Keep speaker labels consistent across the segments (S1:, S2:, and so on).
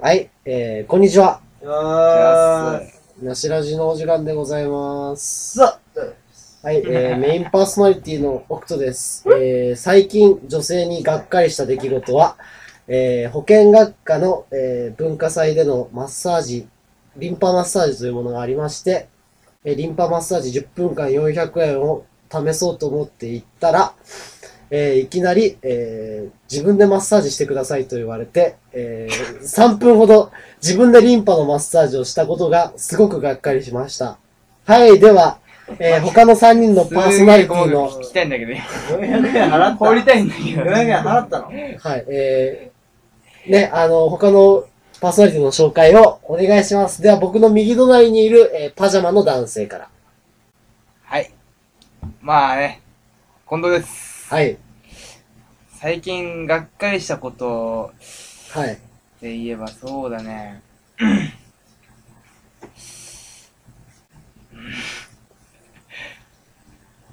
S1: はい、えー、こんにちは。
S2: よー
S1: なしラジのお時間でございます。
S2: さ
S1: はい、えー、メインパーソナリティの奥斗です。えー、最近女性にがっかりした出来事は、えー、保健学科の、えー、文化祭でのマッサージ、リンパマッサージというものがありまして、えー、リンパマッサージ10分間400円を試そうと思って行ったら、えーいきなり、えー自分でマッサージしてくださいと言われて、えー3分ほど自分でリンパのマッサージをしたことがすごくがっかりしました。はい、では、えー他の3人のパーソナリティの、
S3: 聞きたいんだけど、今
S2: 400円払った
S3: 放りたいんだけど。
S2: 400円払ったの
S1: はい、えー、ね、あの、他のパーソナリティの紹介をお願いします。では、僕の右隣にいる、えーパジャマの男性から。
S3: はい。まあね、近藤です。
S1: はい、
S3: 最近、がっかりしたこと
S1: はい、
S3: で言えば、そうだね。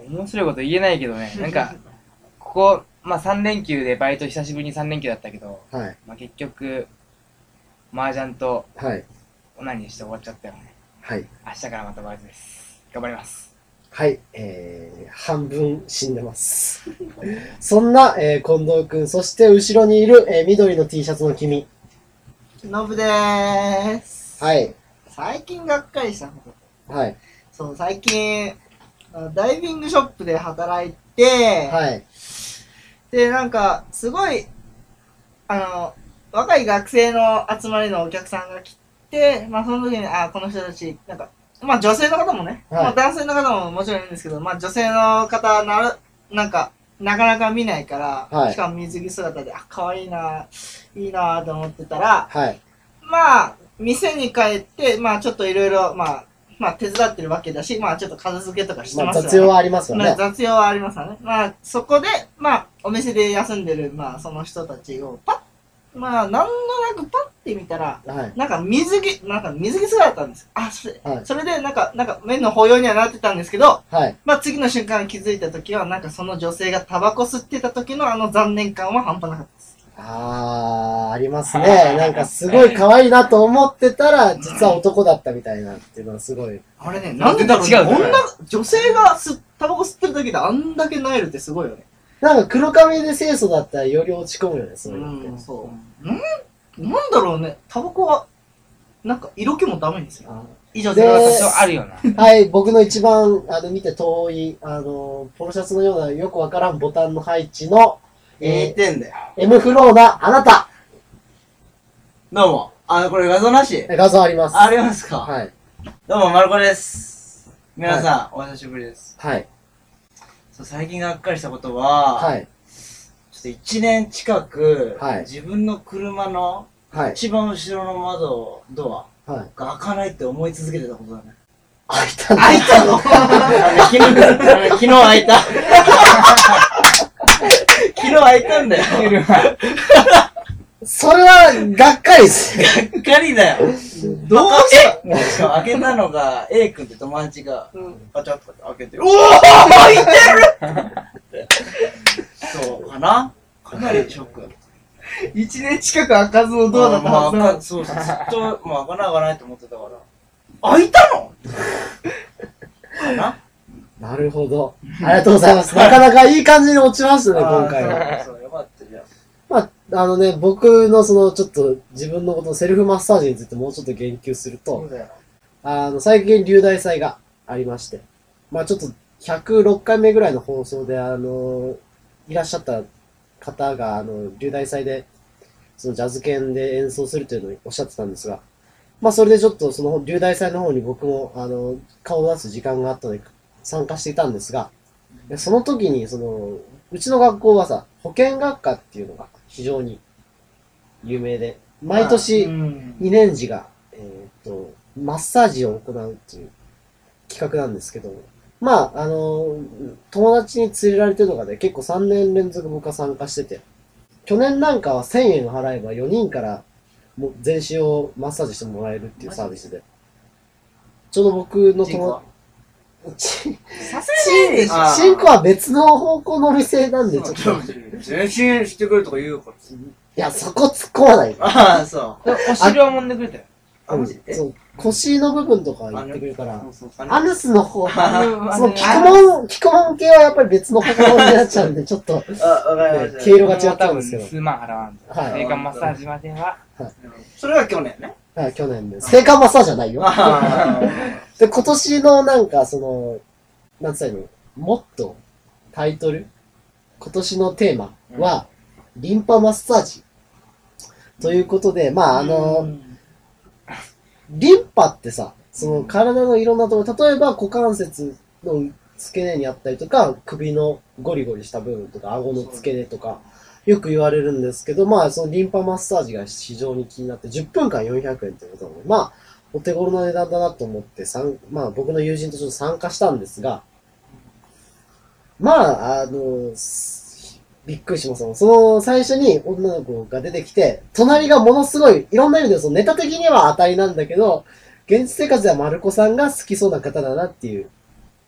S3: うん面白いこと言えないけどね、なんか、ここ、まあ3連休でバイト久しぶりに3連休だったけど、
S1: はい、
S3: まあ結局、麻雀と
S1: はい、
S3: オナニーして終わっちゃったよね。
S1: はい、
S3: 明日からまたバイトです。頑張ります。
S1: はい、えー、半分死んでます。 そんな、えー近藤くん、そして後ろにいる、えー緑の T シャツの君。
S2: ノブでーす。
S1: はい、
S2: 最近がっかりしたこと。
S1: はい、
S2: そう、最近、あダイビングショップで働いて、
S1: はい、
S2: で、なんか、すごい、あの、若い学生の集まりのお客さんが来て、まあ、その時に、あ、この人たち、なんか、まあ、女性の方もね、
S1: はい
S2: まあ、男性の方ももちろんいるんですけど、まあ、女性の方なら、なんか、なかなか見ないから、
S1: はい
S2: しかも水着姿で、あ、可愛いな、いいなと思ってたら、
S1: はい、
S2: まあ、店に帰って、まあ、ちょっといろいろ、まあ、まあ、手伝ってるわけだし、まあ、ちょっと片付けとかして
S1: まあ、
S2: ますよね。
S1: 雑用はありますよ
S2: まあ、
S1: ね。
S2: 雑用はありますよね。まあ、そこで、まあ、お店で休んでる、まあ、その人たちを、パッ、まあ、なんとなくパッて見たら、
S1: はい、
S2: なんか水着、なんか水着姿だったんですよ。あ、それ、
S1: はい
S2: それで、なんか、なんか、目の保養にはなってたんですけど、
S1: はい、
S2: まあ、次の瞬間気づいた時は、なんか、その女性がタバコ吸ってた時のあの残念感は半端なかったです。
S1: あー、ありますね。なんかすごい可愛いなと思ってたら、実は男だったみたいなっていうのはすごい。
S2: あれね、
S3: な
S2: なんん
S3: で
S2: で
S3: だ
S2: だ
S3: ろ
S2: ろ
S3: う
S2: う、
S3: ね
S2: ね、女、女性が吸タバコ吸ってる時であんだけなえるってすごいよね。
S1: なんか黒髪で清楚だったらより落ち込むよね、そういうのって。
S2: うん、そう。うん、なんだろうね、タバコは、なんか色気もダメですよ。
S1: あ
S2: 以上
S1: で
S2: で
S3: 多
S2: す。
S3: 少あるよな。
S1: はい、僕の一番、あの、見て遠い、あの、ポロシャツのようなよくわからんボタンの配置の、え
S2: 点だよ。
S1: ー、M フローなあなた
S4: どうも。あの、これ画像なし
S1: え画像あります。
S4: ありますか
S1: はい。
S4: どうも、マルコです。皆さん、お久しぶりです。
S1: はい。
S4: そう最近がっかりしたことは、
S1: はい。
S4: ちょっと一年近く、
S1: はい
S4: 自分の車の
S1: はい。
S4: 一番後ろの窓、ド
S1: はい。
S4: アが開かないって思い続けてたこと だね。
S1: 開いたんだ。
S2: 開いたの
S4: あの昨日、あの昨日開いた。 昨日開いたんだよ。
S1: それは、がっかりです。
S4: がっかりだよ。
S2: どうした
S4: しかも開けたのが、A 君って友達が、
S2: うん
S4: ガチャッと開けて、おお開いてる そうかなかなりショックだった。
S2: 一年近く開かずのドアだったはずな
S4: まあ開
S2: の
S4: かそうそう、ずっと、まあ、開かない開かないと思ってたから。開いたのかな
S1: なるほど。ありがとうござい ます。なかなかいい感じに落ちましたね、今回は。
S4: は。そうそう、よかったじゃん。
S1: まあ、あのね、僕のその、ちょっと自分のこと、セルフマッサージについてもうちょっと言及する
S4: そ
S1: と
S4: う、だよ。
S1: あの、最近、流大祭がありまして、まあちょっと、106回目ぐらいの放送で、あの、いらっしゃった方が、あの、流大祭で、そのジャズ犬で演奏するというのをおっしゃってたんですが、まあそれでちょっと、その、流大祭の方に僕も、あの、顔を出す時間があったので、参加していたんですが、でその時に、その、うちの学校はさ、保健学科っていうのが非常に有名で、毎年、
S2: うん
S1: 2年次が、えー、とマッサージを行うという企画なんですけど、まあ、あの、友達に連れられてとかで結構3年連続僕は参加してて、去年なんかは1000円払えば4人からもう全身をマッサージしてもらえるっていうサービスで、ちょうど僕の 友達、
S2: さすがにでしょ
S4: あー
S1: 進行は別の方向のお店なんで、ちょっと。
S4: 全身してくれとか言うから。
S1: や、そこ突っ込まない。
S4: ああ、そ
S3: お尻は揉んでくれたよ。
S4: う。あ、マジで
S1: そう腰の部分とかは言ってくれるから
S4: そ、うそうそう
S1: アヌスの方、
S4: あ
S1: その、キコモン、キコモン系はやっぱり別の方法になっちゃうんで、ちょっと、
S4: あ、わかりま
S1: 毛
S4: し
S1: 色が違ったんですけど
S3: もう多分数万払わんと。
S1: はい
S3: 定価マッサージまでは。
S4: た。それが去年ね。
S1: はい去年です。性感マッサージじゃないよ。
S4: あ
S1: で、今年のなんか、その、なんつったらいいの、もっと、タイトル今年のテーマは、リンパマッサージ。ということで、まあ、あの、リンパってさ、その体のいろんなところ、例えば股関節の付け根にあったりとか、首のゴリゴリした部分とか、顎の付け根とか、よく言われるんですけど、まあ、そのリンパマッサージが非常に気になって、10分間400円ということなので、まあ、お手頃な値段だなと思って、参まあ、僕の友人とちょっと参加したんですが、まあ、あの、すびっくりしました。その最初に女の子が出てきて、隣がものすごい、いろんな意味で、そのネタ的には当たりなんだけど、現実生活では丸子さんが好きそうな方だなっていう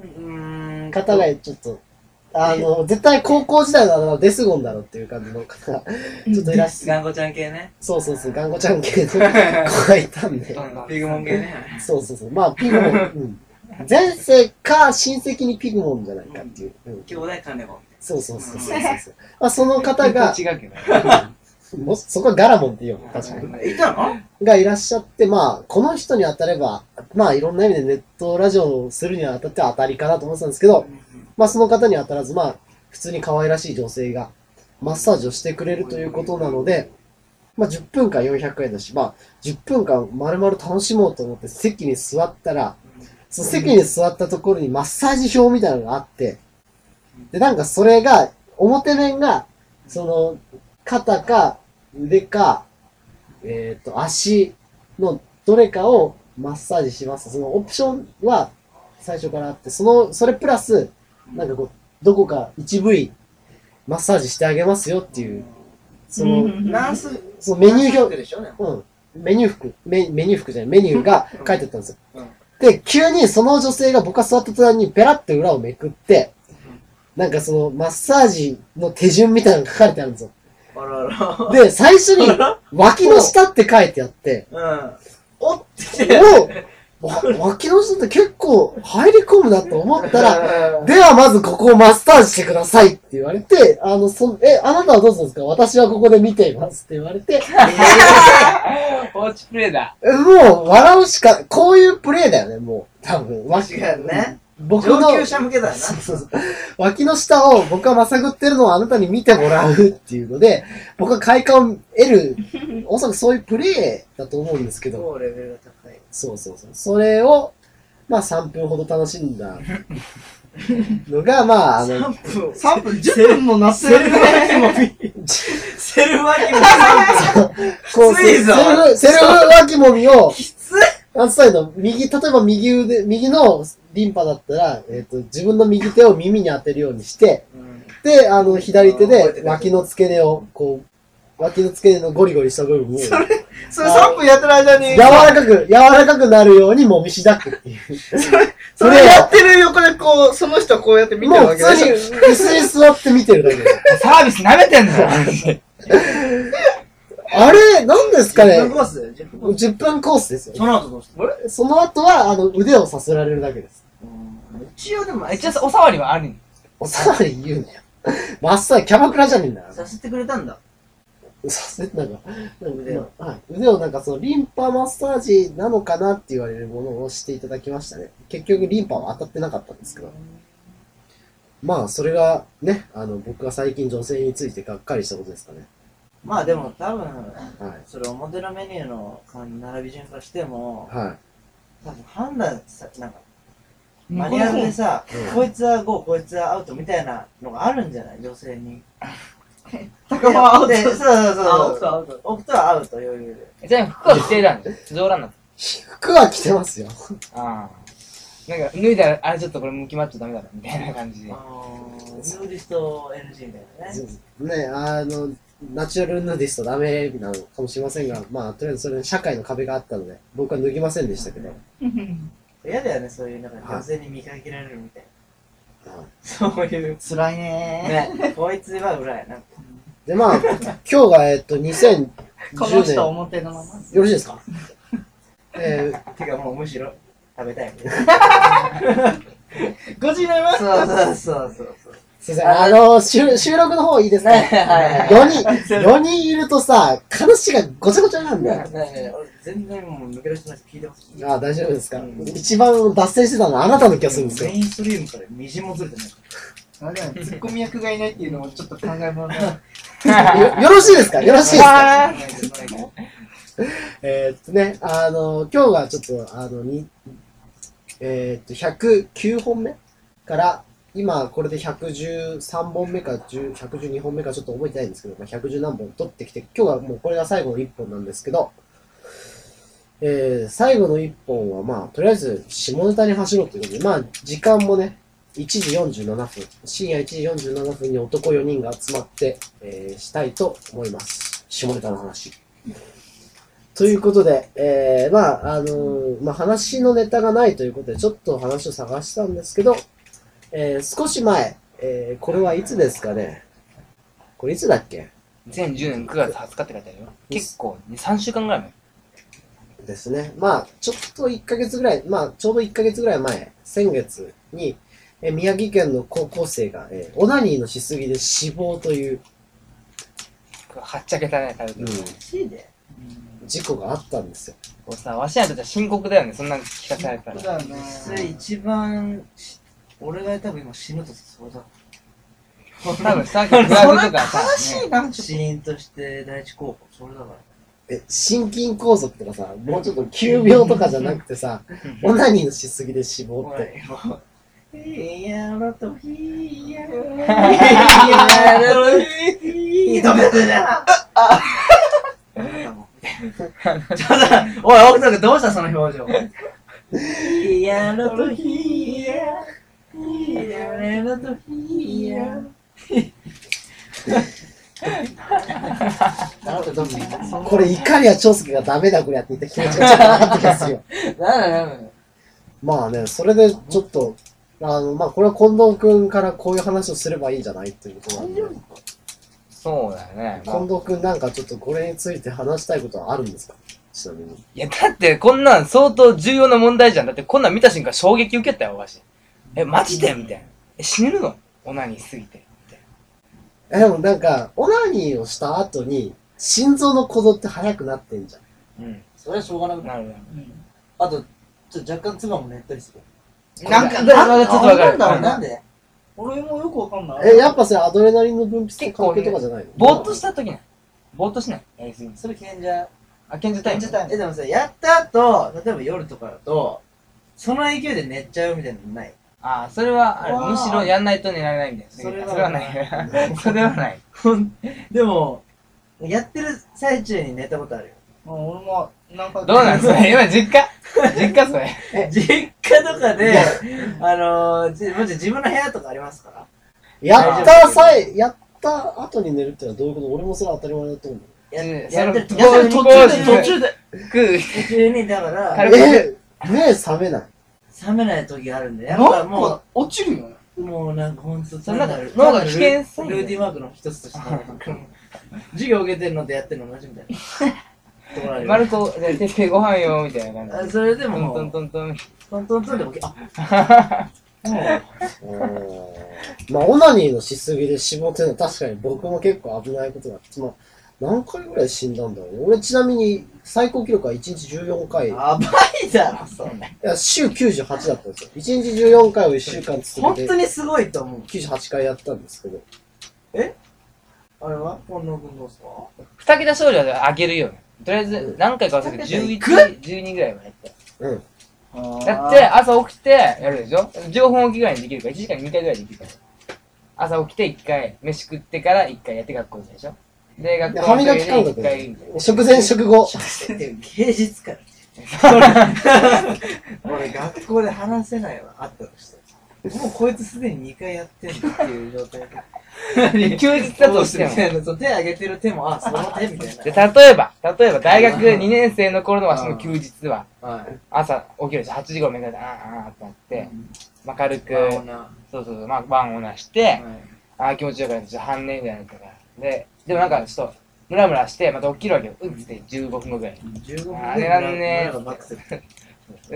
S4: うーん。
S1: 方がちょっと、あの、絶対高校時代のあのデスゴンだろうっていう感じの方が、ちょっといらっしゃる。
S4: ガンゴちゃん系ね。
S1: そうそうそう、ガンゴちゃん系の子がいたんで。
S4: ピグモン系ね。
S1: そうそうそう。まあ、ピグモン。うん前世か親戚にピグモンじゃないかっていう。うん
S4: 兄弟金子。
S1: そうそうそうそうそうそう。まあ、その方が、
S3: 違うけどね。
S1: もうそこはガラモンって言うよ、確かに。
S4: いたの
S1: がいらっしゃって、まあ、この人に当たれば、まあ、いろんな意味でネットラジオをするには当たっては当たりかなと思ってたんですけど、まあ、その方に当たらず、まあ、普通に可愛らしい女性がマッサージをしてくれるということなので、まあ、10分間400円だし、まあ、10分間丸々楽しもうと思って席に座ったら、その席に座ったところにマッサージ表みたいなのがあって、で、なんかそれが、表面が、その、肩か腕か、えっ、と、足のどれかをマッサージします。そのオプションは最初からあって、その、それプラス、なんかこう、どこか一部位マッサージしてあげますよっていう、その、
S2: うん
S4: ナース、
S1: そのメニュー表、
S4: でしょね。
S1: うん、メニュー服メ、メニュー服じゃない、メニューが書いてあったんですよ。
S4: うん
S1: で、急にその女性が僕が座った途端にペラッと裏をめくって、なんかそのマッサージの手順みたいなのが書かれてあるんですよ。
S4: あらあ
S1: で、最初 に脇の下って書いてあって、
S4: ら。うん。おっ
S1: おわ脇の下って結構入り込むなと思ったら、 ではまずここをマッサージしてくださいって言われて、あの、そんえ、あなたはどうするんですか私はここで見ていますって言われて、
S3: 放置プレイだ。
S1: もう笑うしか、こういうプレイだよね、もう。多分。わ
S4: 違うね。
S1: 僕の、
S4: 上級者向けだよ
S1: そうそうそう脇の下を僕はまさぐってるのをあなたに見てもらうっていうので、僕は快感を得る、おそらくそういうプレイだと思うんですけ
S4: な。
S1: ど、
S4: もうレベルが高い。
S1: そうそうそう。それを、まあ3分ほど楽しんだのが、まあ、あの、
S4: 3分。
S2: 3分、10分もなってるね。
S4: セルフワキ
S1: こ
S4: も
S1: う、
S4: きつい
S1: セル
S4: ぞ
S1: フ、セルフ脇もみを、あのサイド、右、例えば右腕、右のリンパだったら、えっ、と、自分の右手を耳に当てるようにして、で、あの、左手
S4: 覚えて
S1: で
S4: ない
S1: 脇の付け根を、こう、脇の付け根のゴリゴリした部分を、柔
S2: それ3分やってる間に、
S1: らかく、柔らかくなるようにもみしだくっていう。
S2: それやってる横でこう、その人こうやって見てる
S1: もう
S2: わ
S1: 普
S2: けでし
S1: 通に、
S2: ょ。
S1: 椅子に座って見てるだけで。
S3: サービス舐めてん のよ。
S1: あれ、何ですかね
S4: コースだよ、10分コース。
S1: 10分コースですよ。
S4: の後どうする
S1: その後は、あの、腕をさせられるだけです。
S4: 一応でも、
S3: 一応お触りはあるん
S1: おさわり言うなよ。マッサージ、キャバクラじゃねえんだよ。
S4: させてくれたんだ。
S1: させなんか、
S4: 腕
S1: 腕
S4: を
S1: を、はい、腕をなんかそのリンパマッサージなのかなって言われるものをしていただきましたね。結局リンパは当たってなかったんですけど。まあ、それがね、あの、僕が最近女性についてがっかりしたことですかね。
S4: まあでも多分、
S1: はい。
S4: それ表のメニューの並び順からしても、
S1: は
S4: 多分判断さ、なんか、
S3: マ
S4: マニ
S3: ニ
S4: ュ
S3: ュ
S4: ア
S3: ア
S4: ル
S3: ル
S4: で
S3: です。
S4: さ、
S1: うん
S4: こいつは GO、こいつはアウトみたいなのがあるんじゃない女性に。
S2: 高間はアウト
S4: でそうそうそう。
S2: アウトアウト。
S4: オプトはアウト余裕で。
S3: じゃあ服は着ていらんの冗談だっ
S1: い。服は着てますよ。
S3: た。ああ。なんか脱いだら、あれちょっとこれもう決まっちゃダメだろ、みたいな感じで
S4: あ。ーヌーディスト NG だよね。
S1: ね、あの、ナチュラルヌーディストダメなのかもしれませんが、まあ、とりあえずそれ社会の壁があったので、僕は脱ぎませんでしたけど。
S4: 嫌だよね、そういう、なんか女性に見かけられるみたいな。
S1: はい
S4: そういう。
S2: 辛いね
S4: ね、こいつは裏やな。
S1: で、まあ、今日が、えっと、2010
S2: この
S1: 年、
S2: 人
S1: よ
S2: 表のまま。
S1: ろしいですかえ
S4: てかもうむしろ食べたい。
S2: ごじめま
S4: そうそうそうそうそう。
S1: ー、すいません、あの、収収録の方いいですね。
S4: はい
S1: 4人、4人いるとさ、話がごちゃごちゃなんだよ。
S4: ね俺全然もう抜け出してないし聞いてほしい。
S1: ああ、大丈夫ですか
S4: うん
S1: 一番脱線してたのはあなたの気がするんですよ
S4: メ。インストリームからみじんもずれてない。
S2: あれだよねツッコミ役がいないっていうのもちょっと考えものだ。
S1: よよろしいですかよろしいですか
S3: あ
S1: えーっとね、あの、今日がちょっと、あの、にえーっと、109本目から、今、これで113本目か、10 112本目かちょっと覚えてないんですけど、まあ、110何本取ってきて、今日はもうこれが最後の1本なんですけど、えー最後の1本は、まあ、とりあえず、下ネタに走ろうということで、まあ、時間もね、1時47分、深夜1時47分に男4人が集まって、えーしたいと思います。下ネタの話。ということで、えー、まあ、あのーまあ、話のネタがないということで、ちょっと話を探したんですけど、えー、少し前、えー、これはいつですかねこれいつだっけ
S3: 2010年9月20日って書いてあるよ。結構、ね、3週間ぐらい前。
S1: ですね。まあ、ちょっと1ヶ月ぐらい、まあ、ちょうど1ヶ月ぐらい前、先月に、えー宮城県の高校生が、えー、オナニーのしすぎで死亡という、
S3: はっちゃけたね、タイトル。
S2: しいで。
S1: 事故があったんですよ。
S3: もうさ、わしらとじゃ深刻だよね、そんなの聞かされたら。
S2: だよね。
S4: それ一番し俺が多分今死ぬとそれだ。
S3: 多分さっきのグラフとかさ、
S2: 悲し
S3: ね
S2: いな、ちょ
S4: 死因として第一候補それだから。
S1: え、心筋梗塞ってのはさ、もうちょっと急病とかじゃなくてさ、オナニーのしすぎで死亡って。
S4: いやだとひや
S2: ダメだ
S4: ちょっとおい奥さんどうしたその表情いやだとひやいやだとひや
S1: これ、怒りや長介がダメだこれやって言った気持ちがちょっとあった気がするよ。
S4: なんだ
S1: まあね、それでちょっと、あの、まあこれは近藤くんからこういう話をすればいいんじゃないっていうことなんで、
S3: そうだよね。まあ
S1: 近藤くんなんかちょっとこれについて話したいことはあるんですかちなみに。
S3: いや、だってこんなん相当重要な問題じゃん。だってこんなん見た瞬間衝撃受けたよ、わし。え、マジでみたいな。え、死ぬのオナニーしすぎて。みたい
S1: え、でもなんか、オナニーをした後に、心臓の鼓動って速くなってんじゃん。
S3: な。う
S4: それはしょうがなく
S3: ん。
S4: ない
S3: なるほど。
S4: あとちょっと若干妻もねったりする
S2: なんか、
S3: だから
S2: な
S3: ちょっとわかる。うん
S4: なんだろうなんで
S2: 俺もよくわかんない。
S1: え、やっぱそれアドレナリンの分泌の関係とかじゃないの
S3: ぼーっとした時ない。ぼーっとしない。やりすぎに
S4: それ賢者
S3: あ、賢者タイム
S2: 賢者タイム
S4: えでもさやった後例えば夜とかだとその勢いで寝ちゃうみたいなのない
S3: あー、それはある
S2: わー
S3: むしろやんないと寝られないみたいな。
S4: それは
S3: それはない。 それはない。
S4: でもやってる最中に寝たことあるよ
S2: もう俺も、なんか、
S3: どうなんそれ今実家実家それ。
S4: 実家とかであのーじもし自分の部屋とかありますから
S1: やったさえ、やった後に寝るってのはどういうこと俺もそれは当たり前だと思う。
S4: や
S3: うん
S4: やってる
S3: それ
S4: 途中で
S3: こう
S4: 途中
S3: こう
S4: で途中で
S3: グー。
S4: 途中にだから
S3: 軽く
S1: え、目覚めない。
S4: 冷めない時があるんでやっ
S2: な
S4: ぱ
S2: ん
S4: も
S2: か、落ちるよね。
S4: うもうなんかほんと
S3: そんな
S4: 単なる
S3: 脳が危険そう
S4: 単
S3: ね
S4: なるルーティンワークの一つとして授業受けてるのとやってるの同じみたいなところあるよ
S3: 丸子、じゃあててご飯よ、みたいな感
S4: あ
S3: じ。
S4: それで
S3: トン
S4: も
S3: トントントン。
S4: トントントンでも、あ、
S1: まあ、オナニーのしすぎで死亡っていうのは確かに僕も結構危ないことだって、まあ、何回ぐらい死んだんだろう俺ちなみに最高記録は1日14回、い
S4: やばいだろ、それ。
S1: や週98だったんですよ。1日14回を1週間
S4: 本
S1: 続け
S4: 当
S1: て
S4: にすごいと思う。
S1: 98回やったんですけど、
S4: あれは近藤君どうですか
S3: 二桁勝利は上げるよね。とりあえず
S1: う、
S3: 何回か忘れて、
S4: 二桁
S3: 11、
S4: いく
S3: 12ぐらいはやって。
S1: うん。
S3: やって、、朝起きて、やるでしょ情報起きぐらいにできるから、1時間に2回ぐらいできるから。朝起きて1回、飯食ってから1回やって学校行くでしょで、学
S1: で
S3: 校
S1: 歯
S3: の
S1: 磨
S3: 時
S1: き感
S3: に
S1: 覚
S3: 1回みたいな。
S1: 食前食後。
S4: 芸術家。俺、学校で話せないわ、あったとして。もうこいつすでに2回やってんだっていう状態で。
S3: で休日だとして
S4: みた
S3: も。
S4: いな、そう手挙げてる手も、あ、その手みたい
S3: で、
S4: な。
S3: 例えば、例えば大学2年生の頃のわしの休日は、
S4: はい。
S3: 朝起きるでしょ ?8 時頃目覚めて、あーあーってなって、まあ軽く、
S4: あ、女。
S3: そうそうそう、まあ晩をなして、
S4: はい
S3: ああ、気持ちよくなって、ちょっと半年ぐらいになったから。で、でもなんかちょっと、ムラムラして、また起きるわけよ。うっつって15分後ぐらいに。
S4: 15分
S3: あれはね
S4: まだマックス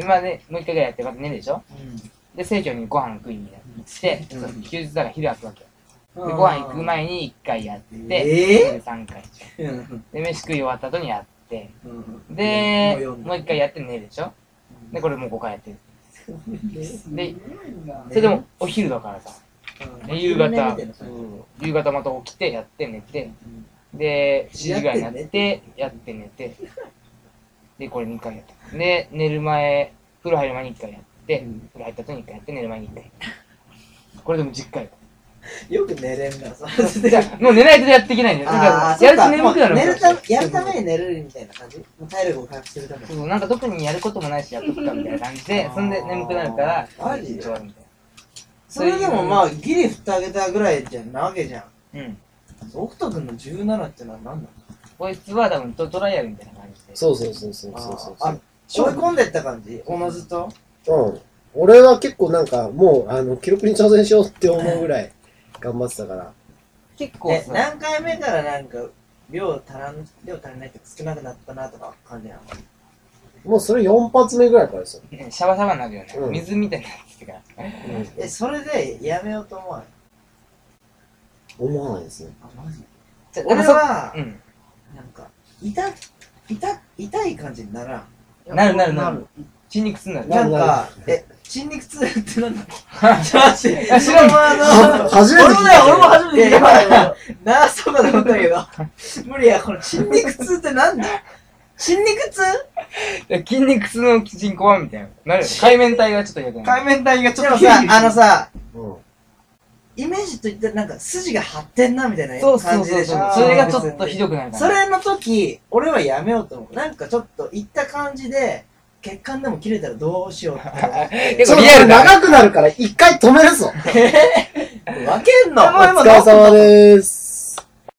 S3: まあね、もう一回ぐらいやって、また寝るでしょ。
S4: う
S3: で、生協にご飯食いに行って、
S4: うん
S3: そう休日だから昼空くわけよ。
S4: ん
S3: で、ご飯行く前に1回やって、
S4: え
S3: で3回。
S4: うん
S3: で、飯食い終わった後にやって、
S4: うん
S3: で、
S4: もう
S3: もう一回やって寝るでしょ。で、これもう5回やってる。
S4: 4
S3: で、
S4: うん
S3: それでもお昼だからさ、
S4: うん
S3: 夕方
S4: うん
S3: 夕方また起きてやって寝て、で、7時ぐらいになって、やって寝て、で、これ2回やった。で、寝る前、風呂入る前に1回やって、
S4: うん
S3: 風呂入った後に1回やって、寝る前に1回やって。これでも10回。
S4: よく寝れんからさ
S3: じゃあもう寝ないとやっていけないんだよ。だか
S4: あー
S3: ら、やると
S4: そっか
S3: 眠くなる
S4: もう寝る
S3: から
S4: たやるために寝るみたいな感じもう体力を回復するために
S3: そうそうなんか特にやることもないし、やっとくかみたいな感じで
S4: あ、ー
S3: そんで眠くなるから、
S4: マジで
S3: ちょうどみたい
S4: それでもまあギリ振ってあげたぐらいじゃなわけじゃん
S3: な。うん。
S4: 奥斗君の17ってのは何なの
S3: こいつは多分トトライアルみたいな感じで。
S1: そうそうそうそうそうそう
S4: あ、追い込んでった感じおのずと
S1: うん。俺は結構なんか、もう、あの、記録に挑戦しようって思うぐらい頑張ってたから。
S3: 結構
S4: え、
S3: さ、
S4: 何回目からなんか量足らん、量足りないって少なくなったなとか感じなの
S1: もうそれ4発目ぐらいからですよ。
S3: ねシャバシャバになるよね
S1: う。ん
S3: 水みたいになってきてから。
S4: え、それでやめようと思わない
S1: 思わないです ね。
S4: あ、マジ
S3: じゃあ
S4: 俺、は
S3: う、ん。
S4: なんか、痛、痛、痛い感じにならん。
S3: なるなるなる。筋肉痛にな る。
S1: な
S4: なん
S1: る
S4: か、え、筋肉痛ってなんだ っけマジ
S3: や知らん
S4: まああ の、
S1: 初めて聞いた。
S4: 初めて聞いた。なそうかと思ったけ ど、無理や、この筋肉痛ってなんだ筋肉痛
S3: で筋肉痛の人口はみたいな。なるよね。海面体がちょっと良くな
S2: 海
S3: い。
S2: 面体がちょ
S4: で
S2: っと
S4: もさ、あのさ、
S1: うん。
S4: イメージといったらなんか筋が張ってんなみたいな
S3: そうそ
S4: 感
S3: う
S4: じ
S3: そう
S4: でし
S3: そう
S4: ょ。。
S3: それがちょっとひどくなるから。
S4: それの時、俺はやめようと思う。なんかちょっといった感じで、血管でも切れたらどうしようって思って。
S3: 結
S1: そ
S3: 構
S1: う、
S3: リアルだね。
S1: 長くなるから一回止めるぞ。
S4: 分けんの
S1: お疲れ様です。